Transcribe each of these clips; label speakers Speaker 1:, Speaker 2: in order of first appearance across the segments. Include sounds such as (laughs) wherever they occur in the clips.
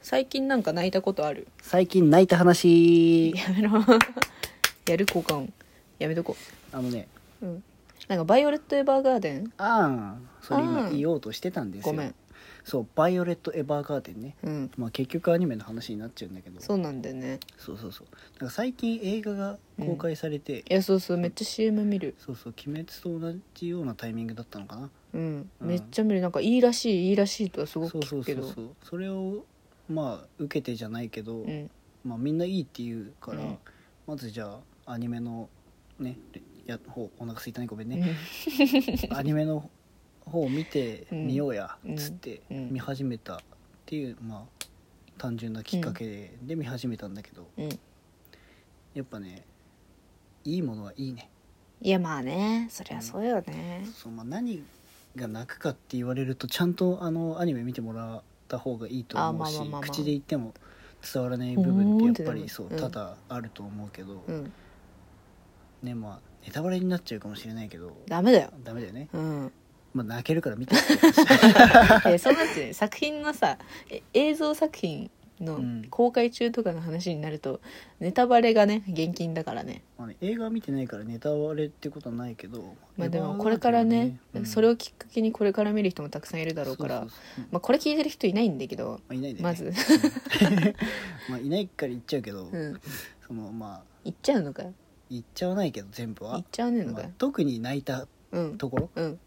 Speaker 1: 最近なんか泣いたことある
Speaker 2: 最近泣いた話
Speaker 1: やめろ (laughs) やる交換やめとこ
Speaker 2: あのね
Speaker 1: う、うん、なんか「バイオレット・エヴァーガーデン
Speaker 2: ああそれ今
Speaker 1: うん
Speaker 2: 言おうとしてたんです」よ
Speaker 1: ごめん
Speaker 2: そう「バイオレット・エヴァーガーデンね」
Speaker 1: うん
Speaker 2: まあ結局アニメの話になっちゃうんだけど
Speaker 1: そうなんだよね
Speaker 2: そうそうそうなんか最近映画が公開されて、
Speaker 1: いやそうそうめっちゃ CM 見る
Speaker 2: そうそう「鬼滅」と同じようなタイミングだったのかな
Speaker 1: うん、
Speaker 2: うん
Speaker 1: めっちゃ見るなんかいいらしいいいらしいとはすご
Speaker 2: そ
Speaker 1: く
Speaker 2: うそ
Speaker 1: 聞
Speaker 2: う
Speaker 1: くけ
Speaker 2: そう
Speaker 1: ど
Speaker 2: そうそれをまあ受けてじゃないけど、
Speaker 1: うん
Speaker 2: まあ、みんないいって言うから、
Speaker 1: うん
Speaker 2: まずじゃあアニメのねれやほうお腹すいたねごめん
Speaker 1: う
Speaker 2: ね、
Speaker 1: ん (laughs)
Speaker 2: アニメの方を見て
Speaker 1: うん
Speaker 2: みようや
Speaker 1: うん
Speaker 2: つって
Speaker 1: うん
Speaker 2: 見始めたっていう、まあ単純なきっかけで,、で見始めたんだけど
Speaker 1: うん
Speaker 2: やっぱねいいものはいいね、
Speaker 1: いやまあねそりゃそうよね
Speaker 2: そうまあ、何が泣くかって言われるとちゃんとあのアニメ見てもらった方がいいと思う
Speaker 1: あまあまあまあまあ
Speaker 2: し口で言っても伝わらない部分ってやっ
Speaker 1: うーんってな
Speaker 2: ぱ
Speaker 1: る
Speaker 2: りそう
Speaker 1: うん
Speaker 2: 多々あると思うけど、
Speaker 1: うん
Speaker 2: ねまあネタバレになっちゃうかもしれないけど
Speaker 1: ダメだよ
Speaker 2: ダメだよね
Speaker 1: うん、
Speaker 2: まあ泣けるから見てって話
Speaker 1: えそうなってね (laughs) 作品のさえ映像作品の
Speaker 2: うん
Speaker 1: 公開中とかの話になると、ネタバレがね厳禁だからね
Speaker 2: まあね映画は見てないからネタバレってことはないけど
Speaker 1: まあでもこれからね、それ
Speaker 2: を
Speaker 1: をきっかけにこれから見る人もたくさんいるだろうからまあこれ聞いてる人いないんだけど
Speaker 2: まあいないんだ
Speaker 1: ま
Speaker 2: よね (laughs)
Speaker 1: ず
Speaker 2: まあいないから言っちゃうけど、
Speaker 1: うん
Speaker 2: そのまあ
Speaker 1: 言っちゃうのか
Speaker 2: 言っちゃわないけど全部
Speaker 1: 言
Speaker 2: は
Speaker 1: っ、ちゃうねえの
Speaker 2: ま
Speaker 1: か
Speaker 2: あ、特に泣いた
Speaker 1: うん
Speaker 2: ところ
Speaker 1: うん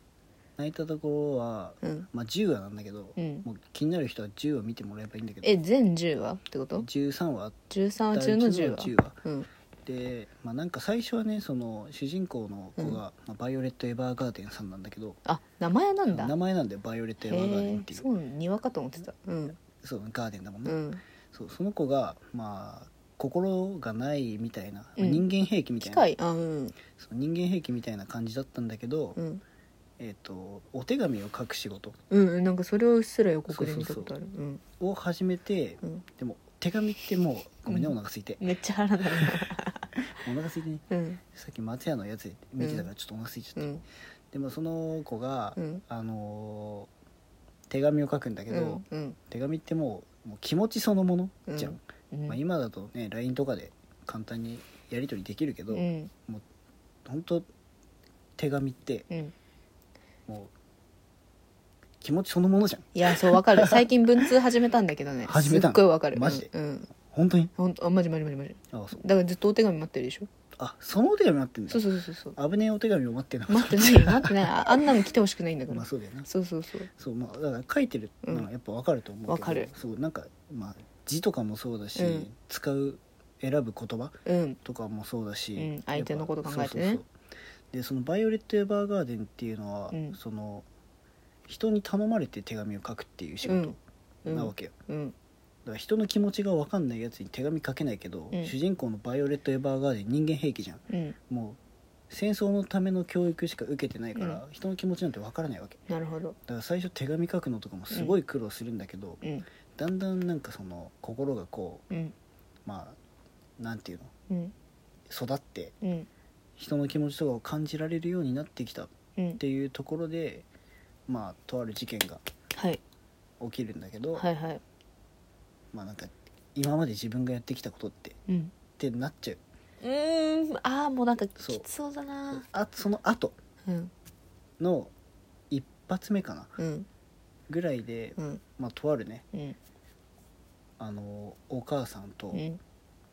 Speaker 2: 泣いたところは、
Speaker 1: うん
Speaker 2: まあ、10話なんだけど、
Speaker 1: うん
Speaker 2: もう気になる人は10話見てもらえばいいんだけど
Speaker 1: え全10話ってこと
Speaker 2: 13話あっ
Speaker 1: ?13
Speaker 2: た
Speaker 1: 話
Speaker 2: うち
Speaker 1: 中の10話
Speaker 2: 10話
Speaker 1: うん
Speaker 2: で、まあ、なんか最初はねその主人公の子が、
Speaker 1: うん
Speaker 2: まあ、バイオレット・エヴァーガーデンさんなんだけど
Speaker 1: あ名前なんだ
Speaker 2: 名前なんだよバイオレット・エヴァーガーデンって
Speaker 1: へ
Speaker 2: い
Speaker 1: えそ
Speaker 2: う
Speaker 1: うにわかと思ってたうん
Speaker 2: そうガーデンだも
Speaker 1: う
Speaker 2: んね、
Speaker 1: ん
Speaker 2: そうその子がまあ心がないみたいな、
Speaker 1: うん
Speaker 2: 人間兵器みた
Speaker 1: 機
Speaker 2: いな
Speaker 1: 械あうん
Speaker 2: そう人間兵器みたいな感じだったんだけど、
Speaker 1: うん
Speaker 2: えー、とお手紙を書く仕事
Speaker 1: うんなんかそれをうっすら予告で見たことあるうん
Speaker 2: を始めて
Speaker 1: うん
Speaker 2: でも手紙ってもうごめんね
Speaker 1: う
Speaker 2: お
Speaker 1: ん
Speaker 2: 腹空いて、
Speaker 1: めっちゃ腹だな
Speaker 2: お腹空いてね
Speaker 1: うん
Speaker 2: さっき松屋のやつで見てたからちょっとお腹空いちゃった、
Speaker 1: うん
Speaker 2: でもその子が、
Speaker 1: うん
Speaker 2: あのー手紙を書くんだけ
Speaker 1: う
Speaker 2: ど、
Speaker 1: んうん
Speaker 2: 手紙ってもうもう気持ちそのものじゃん、
Speaker 1: うん
Speaker 2: まあ、今だとね LINE とかで簡単にやり取りできるけど、
Speaker 1: うん
Speaker 2: 本当手紙って
Speaker 1: うん
Speaker 2: もう気持ちそのものじゃん
Speaker 1: いやそうわか
Speaker 2: (laughs)
Speaker 1: る最近文通始めたんだけどね
Speaker 2: 始め
Speaker 1: す
Speaker 2: たの
Speaker 1: っごいわかる
Speaker 2: マジで
Speaker 1: うんうん
Speaker 2: 本当に
Speaker 1: ほんとあマジマジマジマジ
Speaker 2: あそう
Speaker 1: だからずっとお手紙待ってるでしょ
Speaker 2: あそのお手紙待ってんだ
Speaker 1: そうそうそうそう
Speaker 2: 危ねえお手紙を待ってなかっ
Speaker 1: 待ってない待ってないああんなの来てほしくないんだ
Speaker 2: た
Speaker 1: か
Speaker 2: (laughs) まあ
Speaker 1: ら
Speaker 2: そうだよな
Speaker 1: そうそうそう
Speaker 2: そうまあだから書いてるのはやっぱ分かると思うけど、
Speaker 1: うんわかる
Speaker 2: そうなんか、まあ、字とかもそうだし、
Speaker 1: うん
Speaker 2: 使う選ぶ言葉
Speaker 1: うん
Speaker 2: とかもそうだし、
Speaker 1: うん
Speaker 2: やっぱ
Speaker 1: 相手のこと考えてね
Speaker 2: そうそうそうでその「バイオレット・エヴァーガーデン」っていうのは、
Speaker 1: うん
Speaker 2: その人に頼まれて手紙を書くっていう仕事
Speaker 1: うん
Speaker 2: なわけよ、
Speaker 1: うん
Speaker 2: だから人の気持ちが分かんないやつに手紙書けないけど、
Speaker 1: うん
Speaker 2: 主人公のバイオレット・エヴァーガーデン人間兵器じゃん
Speaker 1: うん
Speaker 2: もう戦争のための教育しか受けてないから、人の気持ちなんて分からないわけ
Speaker 1: なるほど
Speaker 2: だから最初手紙書くのとかもすごい苦労するんだけど、
Speaker 1: うん
Speaker 2: だんだんなんかその心がこ
Speaker 1: うん
Speaker 2: うまあなんていうの
Speaker 1: うん
Speaker 2: 育って
Speaker 1: うん
Speaker 2: 人の気持ちとかを感じられるようになってきたっ
Speaker 1: うん
Speaker 2: ていうところでまあとある事件が
Speaker 1: はい
Speaker 2: 起きるんだけど、
Speaker 1: はいはい
Speaker 2: まあなんか今まで自分がやってきたことってっ
Speaker 1: うん
Speaker 2: てなっちゃう
Speaker 1: うーんああもうなんかき
Speaker 2: そう
Speaker 1: つそうだな
Speaker 2: あその後
Speaker 1: うん
Speaker 2: の一発目かな
Speaker 1: うん
Speaker 2: ぐらいで、
Speaker 1: うん
Speaker 2: まあ、とあるね
Speaker 1: うん
Speaker 2: あのお母さんと
Speaker 1: うん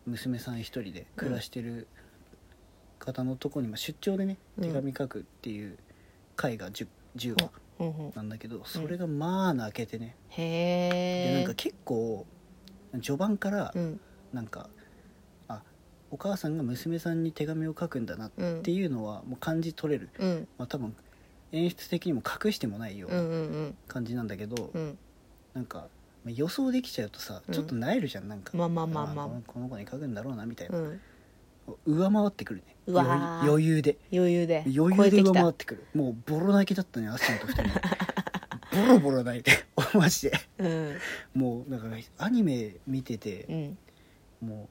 Speaker 2: 娘さん一人で暮らしてる方のとこに、まあ、出張でね
Speaker 1: うん
Speaker 2: 手紙書くっていう回が 10, 10話
Speaker 1: うんうん
Speaker 2: なんだけどそれがまあ泣けてね、で
Speaker 1: へ
Speaker 2: なん
Speaker 1: え
Speaker 2: か結構序盤から
Speaker 1: うん
Speaker 2: なんか、あお母さんが娘さんに手紙を書くんだなっていうのはもう感じ取れる、
Speaker 1: うん
Speaker 2: まあ、多分演出的にも隠してもないよう
Speaker 1: うん
Speaker 2: な
Speaker 1: うん
Speaker 2: 感じなんだけど、
Speaker 1: うんうん
Speaker 2: なんかまあ予想できちゃうとさ
Speaker 1: うん
Speaker 2: ちょっとなえるじゃんなんか、
Speaker 1: まあまあまあまあ
Speaker 2: このこの子に書くんだろうなみたいうな、
Speaker 1: ん
Speaker 2: 上回ってくるね
Speaker 1: うわー
Speaker 2: 余裕余裕で
Speaker 1: 余裕で
Speaker 2: 余
Speaker 1: 超
Speaker 2: 裕
Speaker 1: え
Speaker 2: で
Speaker 1: て
Speaker 2: 上
Speaker 1: き
Speaker 2: 回
Speaker 1: た
Speaker 2: ってくるもうボロ泣きだったねあっちゃんと二
Speaker 1: (laughs)
Speaker 2: 人ボロボロ泣いて (laughs) マジで
Speaker 1: うん
Speaker 2: もうだからアニメ見てて、
Speaker 1: うん
Speaker 2: もう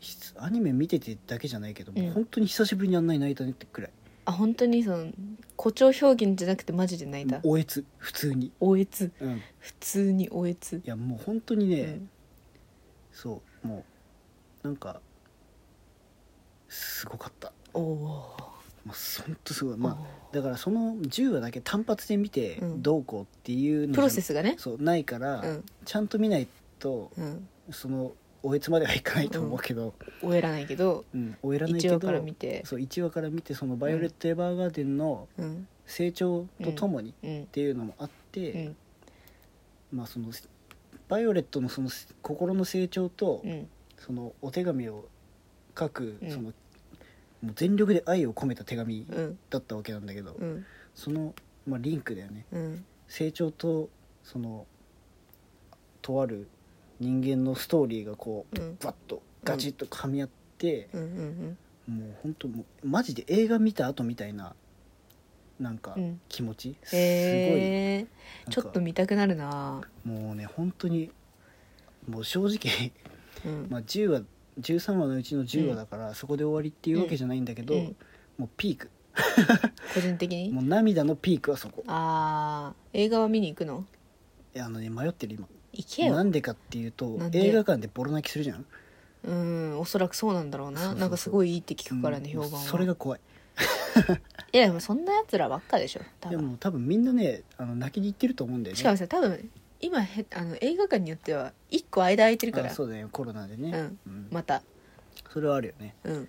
Speaker 2: ひつアニメ見ててだけじゃないけど、もう
Speaker 1: うん
Speaker 2: 本当に久しぶりにあんなに泣いたねってくらい
Speaker 1: あ本当にその誇張表現じゃなくてマジで泣いた
Speaker 2: おえつ普通に、
Speaker 1: おえつ
Speaker 2: うん、い
Speaker 1: 普通におえつ、
Speaker 2: やもう本当にね、
Speaker 1: うん
Speaker 2: そうもうなんかすごかった
Speaker 1: おお
Speaker 2: もうほんとすごい
Speaker 1: ー、
Speaker 2: まあだからその10話だけ単発で見て
Speaker 1: うん
Speaker 2: どうこうっていうのじゃ
Speaker 1: プロセスがね
Speaker 2: そうないから、
Speaker 1: うん
Speaker 2: ちゃんと見ないと
Speaker 1: うん
Speaker 2: そのおえつまではいかないと思うけど、
Speaker 1: 終えらないけど
Speaker 2: うん終えらない
Speaker 1: 一
Speaker 2: けど
Speaker 1: 話から見て
Speaker 2: そう1話から見てその「バイオレット・エヴァーガーデン」の
Speaker 1: うん
Speaker 2: 成長とともにっ
Speaker 1: うん
Speaker 2: ていうのもあっ
Speaker 1: う
Speaker 2: て、
Speaker 1: ん
Speaker 2: まあそのバイオレットのその心の成長と、
Speaker 1: うん
Speaker 2: そのお手紙を書く、
Speaker 1: うん
Speaker 2: そのもう全力で愛を込めた手紙
Speaker 1: うん
Speaker 2: だったわけなんだけど、
Speaker 1: うん
Speaker 2: その、まあ、リンクだよね
Speaker 1: うん
Speaker 2: 成長とそのとある人間のストーリーがこう
Speaker 1: うん
Speaker 2: バッとガチッと噛み合って、
Speaker 1: うんうん
Speaker 2: もう本当もうマジで映画見た後みたいななんか
Speaker 1: うん
Speaker 2: 気持ち、すごい、
Speaker 1: えー、
Speaker 2: なん
Speaker 1: ちょ
Speaker 2: か
Speaker 1: っと見たくなるな
Speaker 2: もうね本当にもう正直 (laughs)
Speaker 1: うん
Speaker 2: まあ、10話13話のうちの10話だから、そこで終わりっていうわけじゃないんだけど、
Speaker 1: うん
Speaker 2: もうピーク
Speaker 1: 個人的に
Speaker 2: もう涙のピークはそこ
Speaker 1: あー映画は見に行くの
Speaker 2: いやあのね迷ってる今
Speaker 1: 行けよ
Speaker 2: なんでかっていうと
Speaker 1: なんで
Speaker 2: 映画館でボロ泣きするじゃん
Speaker 1: うんおそらくそうなんだろうな
Speaker 2: そうそうそう
Speaker 1: なんかすごいいいって聞くからね、
Speaker 2: うん
Speaker 1: 評判は
Speaker 2: それが怖い
Speaker 1: いやでもそんなやつらばっかでしょ多
Speaker 2: で
Speaker 1: 分
Speaker 2: も多分みんなねあの泣きに行ってると思うんだよね
Speaker 1: しかもさ多分今へあの映画館によっては一個間空いてるから
Speaker 2: あそうだねコロナでね、
Speaker 1: うん
Speaker 2: うん
Speaker 1: また
Speaker 2: それはあるよね
Speaker 1: うん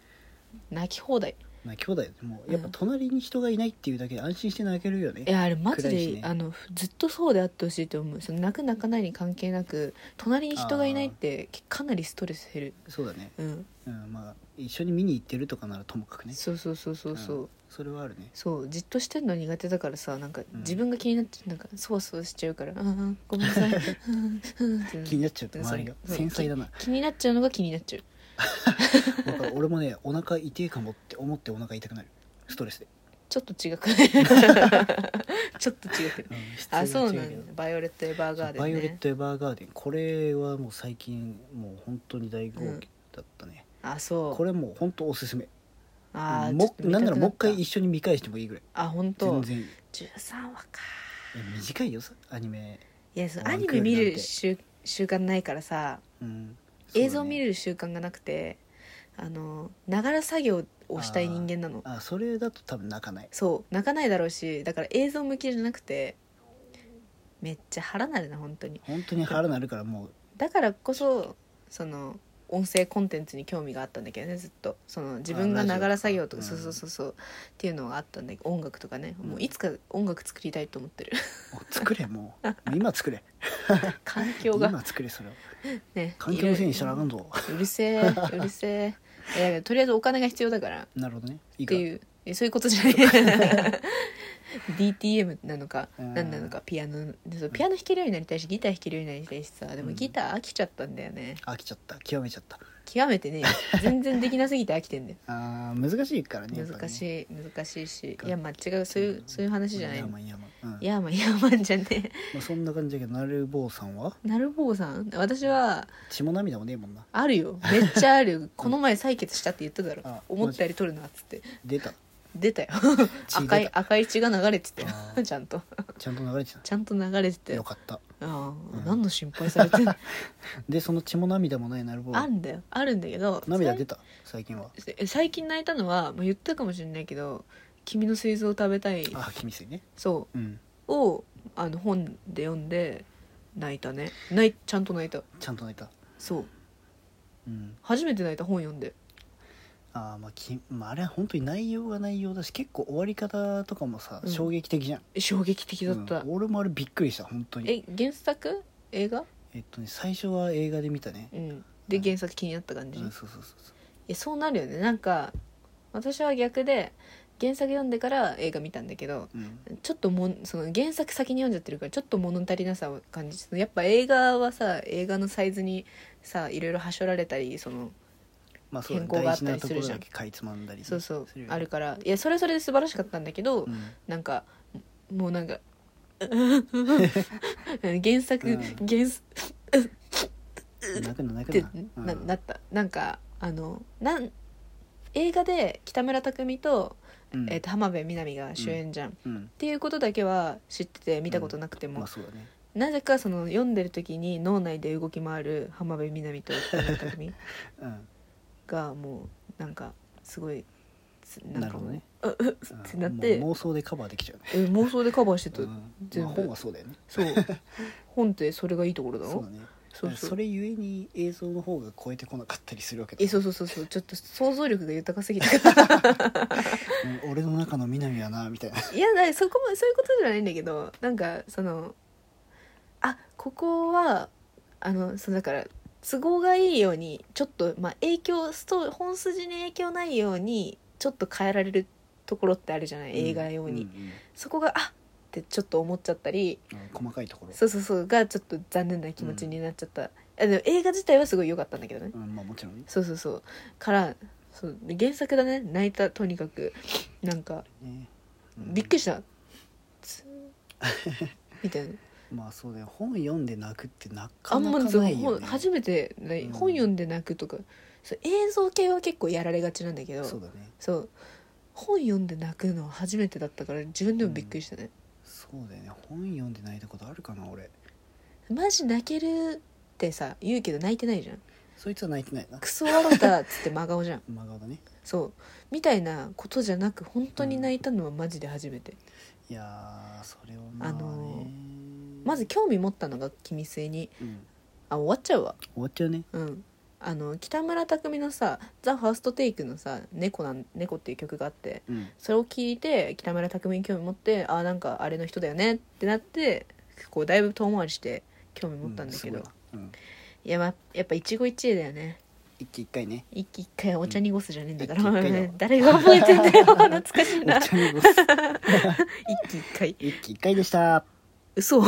Speaker 1: 泣き放題
Speaker 2: まあ兄弟もうやっぱ隣に人がいないっていうだけで安心して泣けるよね、
Speaker 1: いやあれマジ
Speaker 2: 暗い
Speaker 1: で、
Speaker 2: しね
Speaker 1: あのずっとそうであってほしいと思うその泣く泣かないに関係なく隣に人がいないってかなりストレス減る
Speaker 2: そうだね、
Speaker 1: うん
Speaker 2: うん、まあ一緒に見に行ってるとかならともかくね
Speaker 1: そうそうそうそうそう、
Speaker 2: んそれはあるね
Speaker 1: そうじっとしてんの苦手だからさなんか
Speaker 2: うん
Speaker 1: 自分が気になっちゃうなんかそわそわしちゃうから「ああごめんな
Speaker 2: (laughs)
Speaker 1: さい」うんうんって
Speaker 2: 気になっちゃうと周りが
Speaker 1: そう
Speaker 2: 繊細だな
Speaker 1: 気になっちゃうのが気になっちゃう
Speaker 2: だから俺もねお腹痛えかもって思ってお腹痛くなるストレスで、
Speaker 1: ちょっと
Speaker 2: (laughs)
Speaker 1: 違くないちょっと違くない
Speaker 2: うん、
Speaker 1: あそうな
Speaker 2: だ
Speaker 1: んだバイオレット・エヴァーガーデン、ね、
Speaker 2: バイオレット・エヴァーガーデンこれはもう最近もう本当に大号泣だったね、
Speaker 1: あそう
Speaker 2: これもう本当おすすめ
Speaker 1: あーちょ
Speaker 2: も
Speaker 1: っと見た
Speaker 2: なん
Speaker 1: く
Speaker 2: ならもう一回
Speaker 1: った
Speaker 2: 一緒に見返してもいいぐらい
Speaker 1: あ本
Speaker 2: 全
Speaker 1: 当
Speaker 2: 然いい
Speaker 1: 13話か
Speaker 2: いや短いよさアニメ、
Speaker 1: いやそう
Speaker 2: ワ
Speaker 1: ア
Speaker 2: ン
Speaker 1: ニ
Speaker 2: クー
Speaker 1: メ
Speaker 2: ル
Speaker 1: 見
Speaker 2: なん
Speaker 1: る
Speaker 2: て
Speaker 1: 習習慣ないからさ、
Speaker 2: うん
Speaker 1: 映像見
Speaker 2: る
Speaker 1: る習慣がなくてあのながら作業をしたい人間なの
Speaker 2: あそれだと多分泣かない
Speaker 1: そう泣かないだろうしだから映像向きじゃなくてめっちゃ腹なるな本当に
Speaker 2: 本当に腹なるからもう
Speaker 1: だからこそその音声コンテンツに興味があったんだけどねずっとその自分がながら作業とか
Speaker 2: ラジ
Speaker 1: そ
Speaker 2: オ
Speaker 1: う
Speaker 2: とか
Speaker 1: そうそうそうっていうのがあったんだけど音楽とかね
Speaker 2: うん
Speaker 1: もういつか音楽作りたいと思
Speaker 2: (laughs)
Speaker 1: ってる
Speaker 2: もう作れもうもう
Speaker 1: (laughs)
Speaker 2: 今作れ
Speaker 1: 環境が
Speaker 2: 今作れそれを
Speaker 1: ね
Speaker 2: 環境のせいにしたらあかんぞ
Speaker 1: うるせえうるせえいやいやとりあえずお金が必要だからっ
Speaker 2: なるほどねいいか
Speaker 1: ていうえそういうことじゃない (laughs) DTM なのか
Speaker 2: うん
Speaker 1: 何なのかピアノでそうピアノ弾けるようになりたいしギター弾けるようになりたいしさでも
Speaker 2: うん
Speaker 1: ギター飽きちゃったんだよね
Speaker 2: 飽きちゃった極めちゃった
Speaker 1: 極めてね全然できなすぎて飽きてんだよ
Speaker 2: あー難しいからね
Speaker 1: 難
Speaker 2: い
Speaker 1: しい難しいし
Speaker 2: 楽
Speaker 1: いやまあ違うそういうそういう話じゃない
Speaker 2: やま
Speaker 1: の
Speaker 2: あいやまあうん
Speaker 1: いやまあいやまあじゃね (laughs) え
Speaker 2: まあ、そんな感じだけどなる坊さんは
Speaker 1: なるぼうさん私は
Speaker 2: 血も涙もねえもんな
Speaker 1: ある
Speaker 2: (laughs)
Speaker 1: よめっちゃあるよこの前採血したって言っただろ
Speaker 2: あ
Speaker 1: 思ったより取るなっつって
Speaker 2: 出た
Speaker 1: 出たよ
Speaker 2: (laughs) 血出た
Speaker 1: 赤い赤い血が流れてたよ
Speaker 2: あー
Speaker 1: ちゃんと
Speaker 2: ちゃんと流れて
Speaker 1: ちゃんと流れてた
Speaker 2: たよ
Speaker 1: よ
Speaker 2: かった
Speaker 1: ああ、
Speaker 2: うん
Speaker 1: 何の心配されてんの
Speaker 2: でその血も涙もないなる
Speaker 1: (laughs)
Speaker 2: 坊
Speaker 1: あるんだよあるんだけど
Speaker 2: 涙出た最近は
Speaker 1: さい最近泣いたのは、まあ、言ったかもしれないけど「君の膵臓を食べたい
Speaker 2: あ君水ね」
Speaker 1: そ
Speaker 2: うん
Speaker 1: うをあの本で読んで泣いたね泣いちゃんと泣いた
Speaker 2: ちゃんと泣いた
Speaker 1: そう
Speaker 2: うん
Speaker 1: 初めて泣いた本読んで
Speaker 2: あー、まあ、きまああれは本当に内容が内容だし結構終わり方とかもさ、
Speaker 1: うん
Speaker 2: 衝撃的じゃん、
Speaker 1: え衝撃的だった、
Speaker 2: うん俺もあれびっくりした本当に
Speaker 1: え原作映画
Speaker 2: えっとね最初は映画で見たね
Speaker 1: うんで
Speaker 2: うん
Speaker 1: 原作気になった感
Speaker 2: う
Speaker 1: じ、
Speaker 2: んそうそうそうそう
Speaker 1: えそうなるよねなんか私は逆で原作読んでから映画見たんだけど
Speaker 2: うん
Speaker 1: ちょっともんその原作先に読んじゃってるからちょっと物足りなさを感じてやっぱ映画はさ映画のサイズにさいろいろはしょられたりその
Speaker 2: まあそうだね
Speaker 1: 変更があっ
Speaker 2: 大
Speaker 1: た
Speaker 2: 事な
Speaker 1: り
Speaker 2: と
Speaker 1: す
Speaker 2: こ
Speaker 1: る
Speaker 2: ろ
Speaker 1: じゃん
Speaker 2: だけかいつまんだり
Speaker 1: そうそう
Speaker 2: するよね
Speaker 1: あるからいやそれはそれで素晴らしかったんだけど、
Speaker 2: うん
Speaker 1: なんかもうなん
Speaker 2: (laughs)
Speaker 1: か原作、
Speaker 2: うん
Speaker 1: 原作
Speaker 2: 泣くな泣
Speaker 1: っ
Speaker 2: く
Speaker 1: てな
Speaker 2: な,、
Speaker 1: なったなんかあのなん映画で北村匠海と,、
Speaker 2: うん
Speaker 1: えーと浜辺美波が主演じゃん、っ
Speaker 2: うん
Speaker 1: ていうことだけは知ってて見たことなくても、
Speaker 2: まあそうだね
Speaker 1: なぜかその読んでる時に脳内で動き回る浜辺美波と北村匠海
Speaker 2: うん
Speaker 1: がもうなんかすごいつんか
Speaker 2: なるほどね
Speaker 1: うう (laughs) う
Speaker 2: うん
Speaker 1: ってなって
Speaker 2: もう妄想でカバーできちゃう
Speaker 1: え
Speaker 2: ね
Speaker 1: 妄想でカバーしてた、
Speaker 2: うんま
Speaker 1: 全
Speaker 2: あ
Speaker 1: 部
Speaker 2: 本はそうだよね
Speaker 1: そう本ってそれがいいところだろ
Speaker 2: そうだね
Speaker 1: そう
Speaker 2: そ
Speaker 1: そう
Speaker 2: れゆえに映像の方が超えてこなかったりするわけだ
Speaker 1: えそうそうそうそうちょっと想像力が豊かすぎたから
Speaker 2: (laughs) うん俺の中の南やなみたいな
Speaker 1: いやだからそこもそういうことじゃないんだけどなんかそのあここはあのそうだから都合がいいようにちょっと、まあ、影響スト本筋に影響ないようにちょっと変えられるところってあるじゃない (laughs) 映画用に、
Speaker 2: うんうん
Speaker 1: そこがあってちょっと思っちゃったり
Speaker 2: うん細かいところ
Speaker 1: そうそうそうがちょっと残念な気持ちになっちゃった、あでも映画自体はすごい良かったんだけどね
Speaker 2: うんまあもちろんね
Speaker 1: そうそうそうからそうで原作だね泣いたとにかくなんか
Speaker 2: ね
Speaker 1: びっくり
Speaker 2: (laughs)
Speaker 1: した、つーみたいな
Speaker 2: まあそうだよ本読んで泣くってな
Speaker 1: あ
Speaker 2: か
Speaker 1: ん
Speaker 2: な
Speaker 1: ま
Speaker 2: か
Speaker 1: そう
Speaker 2: ないよ
Speaker 1: 本
Speaker 2: ね
Speaker 1: 初めてない、
Speaker 2: うん
Speaker 1: 本読んで泣くとかそう映像系は結構やられがちなんだけど
Speaker 2: そうだね
Speaker 1: そう本読んで泣くのは初めてだったから自分でもびっくりしたね、
Speaker 2: そうだよね本読んで泣いたことあるかな俺
Speaker 1: マジ泣けるってさ言うけど泣いてないじゃん
Speaker 2: そいつは泣いてないな
Speaker 1: クソ笑うたっつって真顔じゃん
Speaker 2: 真顔だね
Speaker 1: そうみたいなことじゃなく本当に泣いたのはマジで初めて、
Speaker 2: いやーそれはまあ、ね、
Speaker 1: あのまず興味持ったのが「君末に
Speaker 2: うん」
Speaker 1: あ終わっちゃうわ
Speaker 2: 終わっちゃうね
Speaker 1: うんあの北村匠海のさ「ザ・ファーストテイクのさ「猫なん猫」っていう曲があって
Speaker 2: うん
Speaker 1: それを聞いて北村匠海に興味持ってあーなんかあれの人だよねってなってこうだいぶ遠回りして興味持ったんだけど、
Speaker 2: うすごいなうん
Speaker 1: いや,、まあ、やっぱ一期一会だよね
Speaker 2: 一期一
Speaker 1: (laughs)
Speaker 2: 回ね
Speaker 1: 一期一回お茶濁すじゃねえんだから、
Speaker 2: うん一期一会だ
Speaker 1: (laughs) 誰が覚えてんだよ (laughs) 懐かしい
Speaker 2: お
Speaker 1: な一
Speaker 2: 茶にごす
Speaker 1: 期一回
Speaker 2: 一期一回でした
Speaker 1: 嘘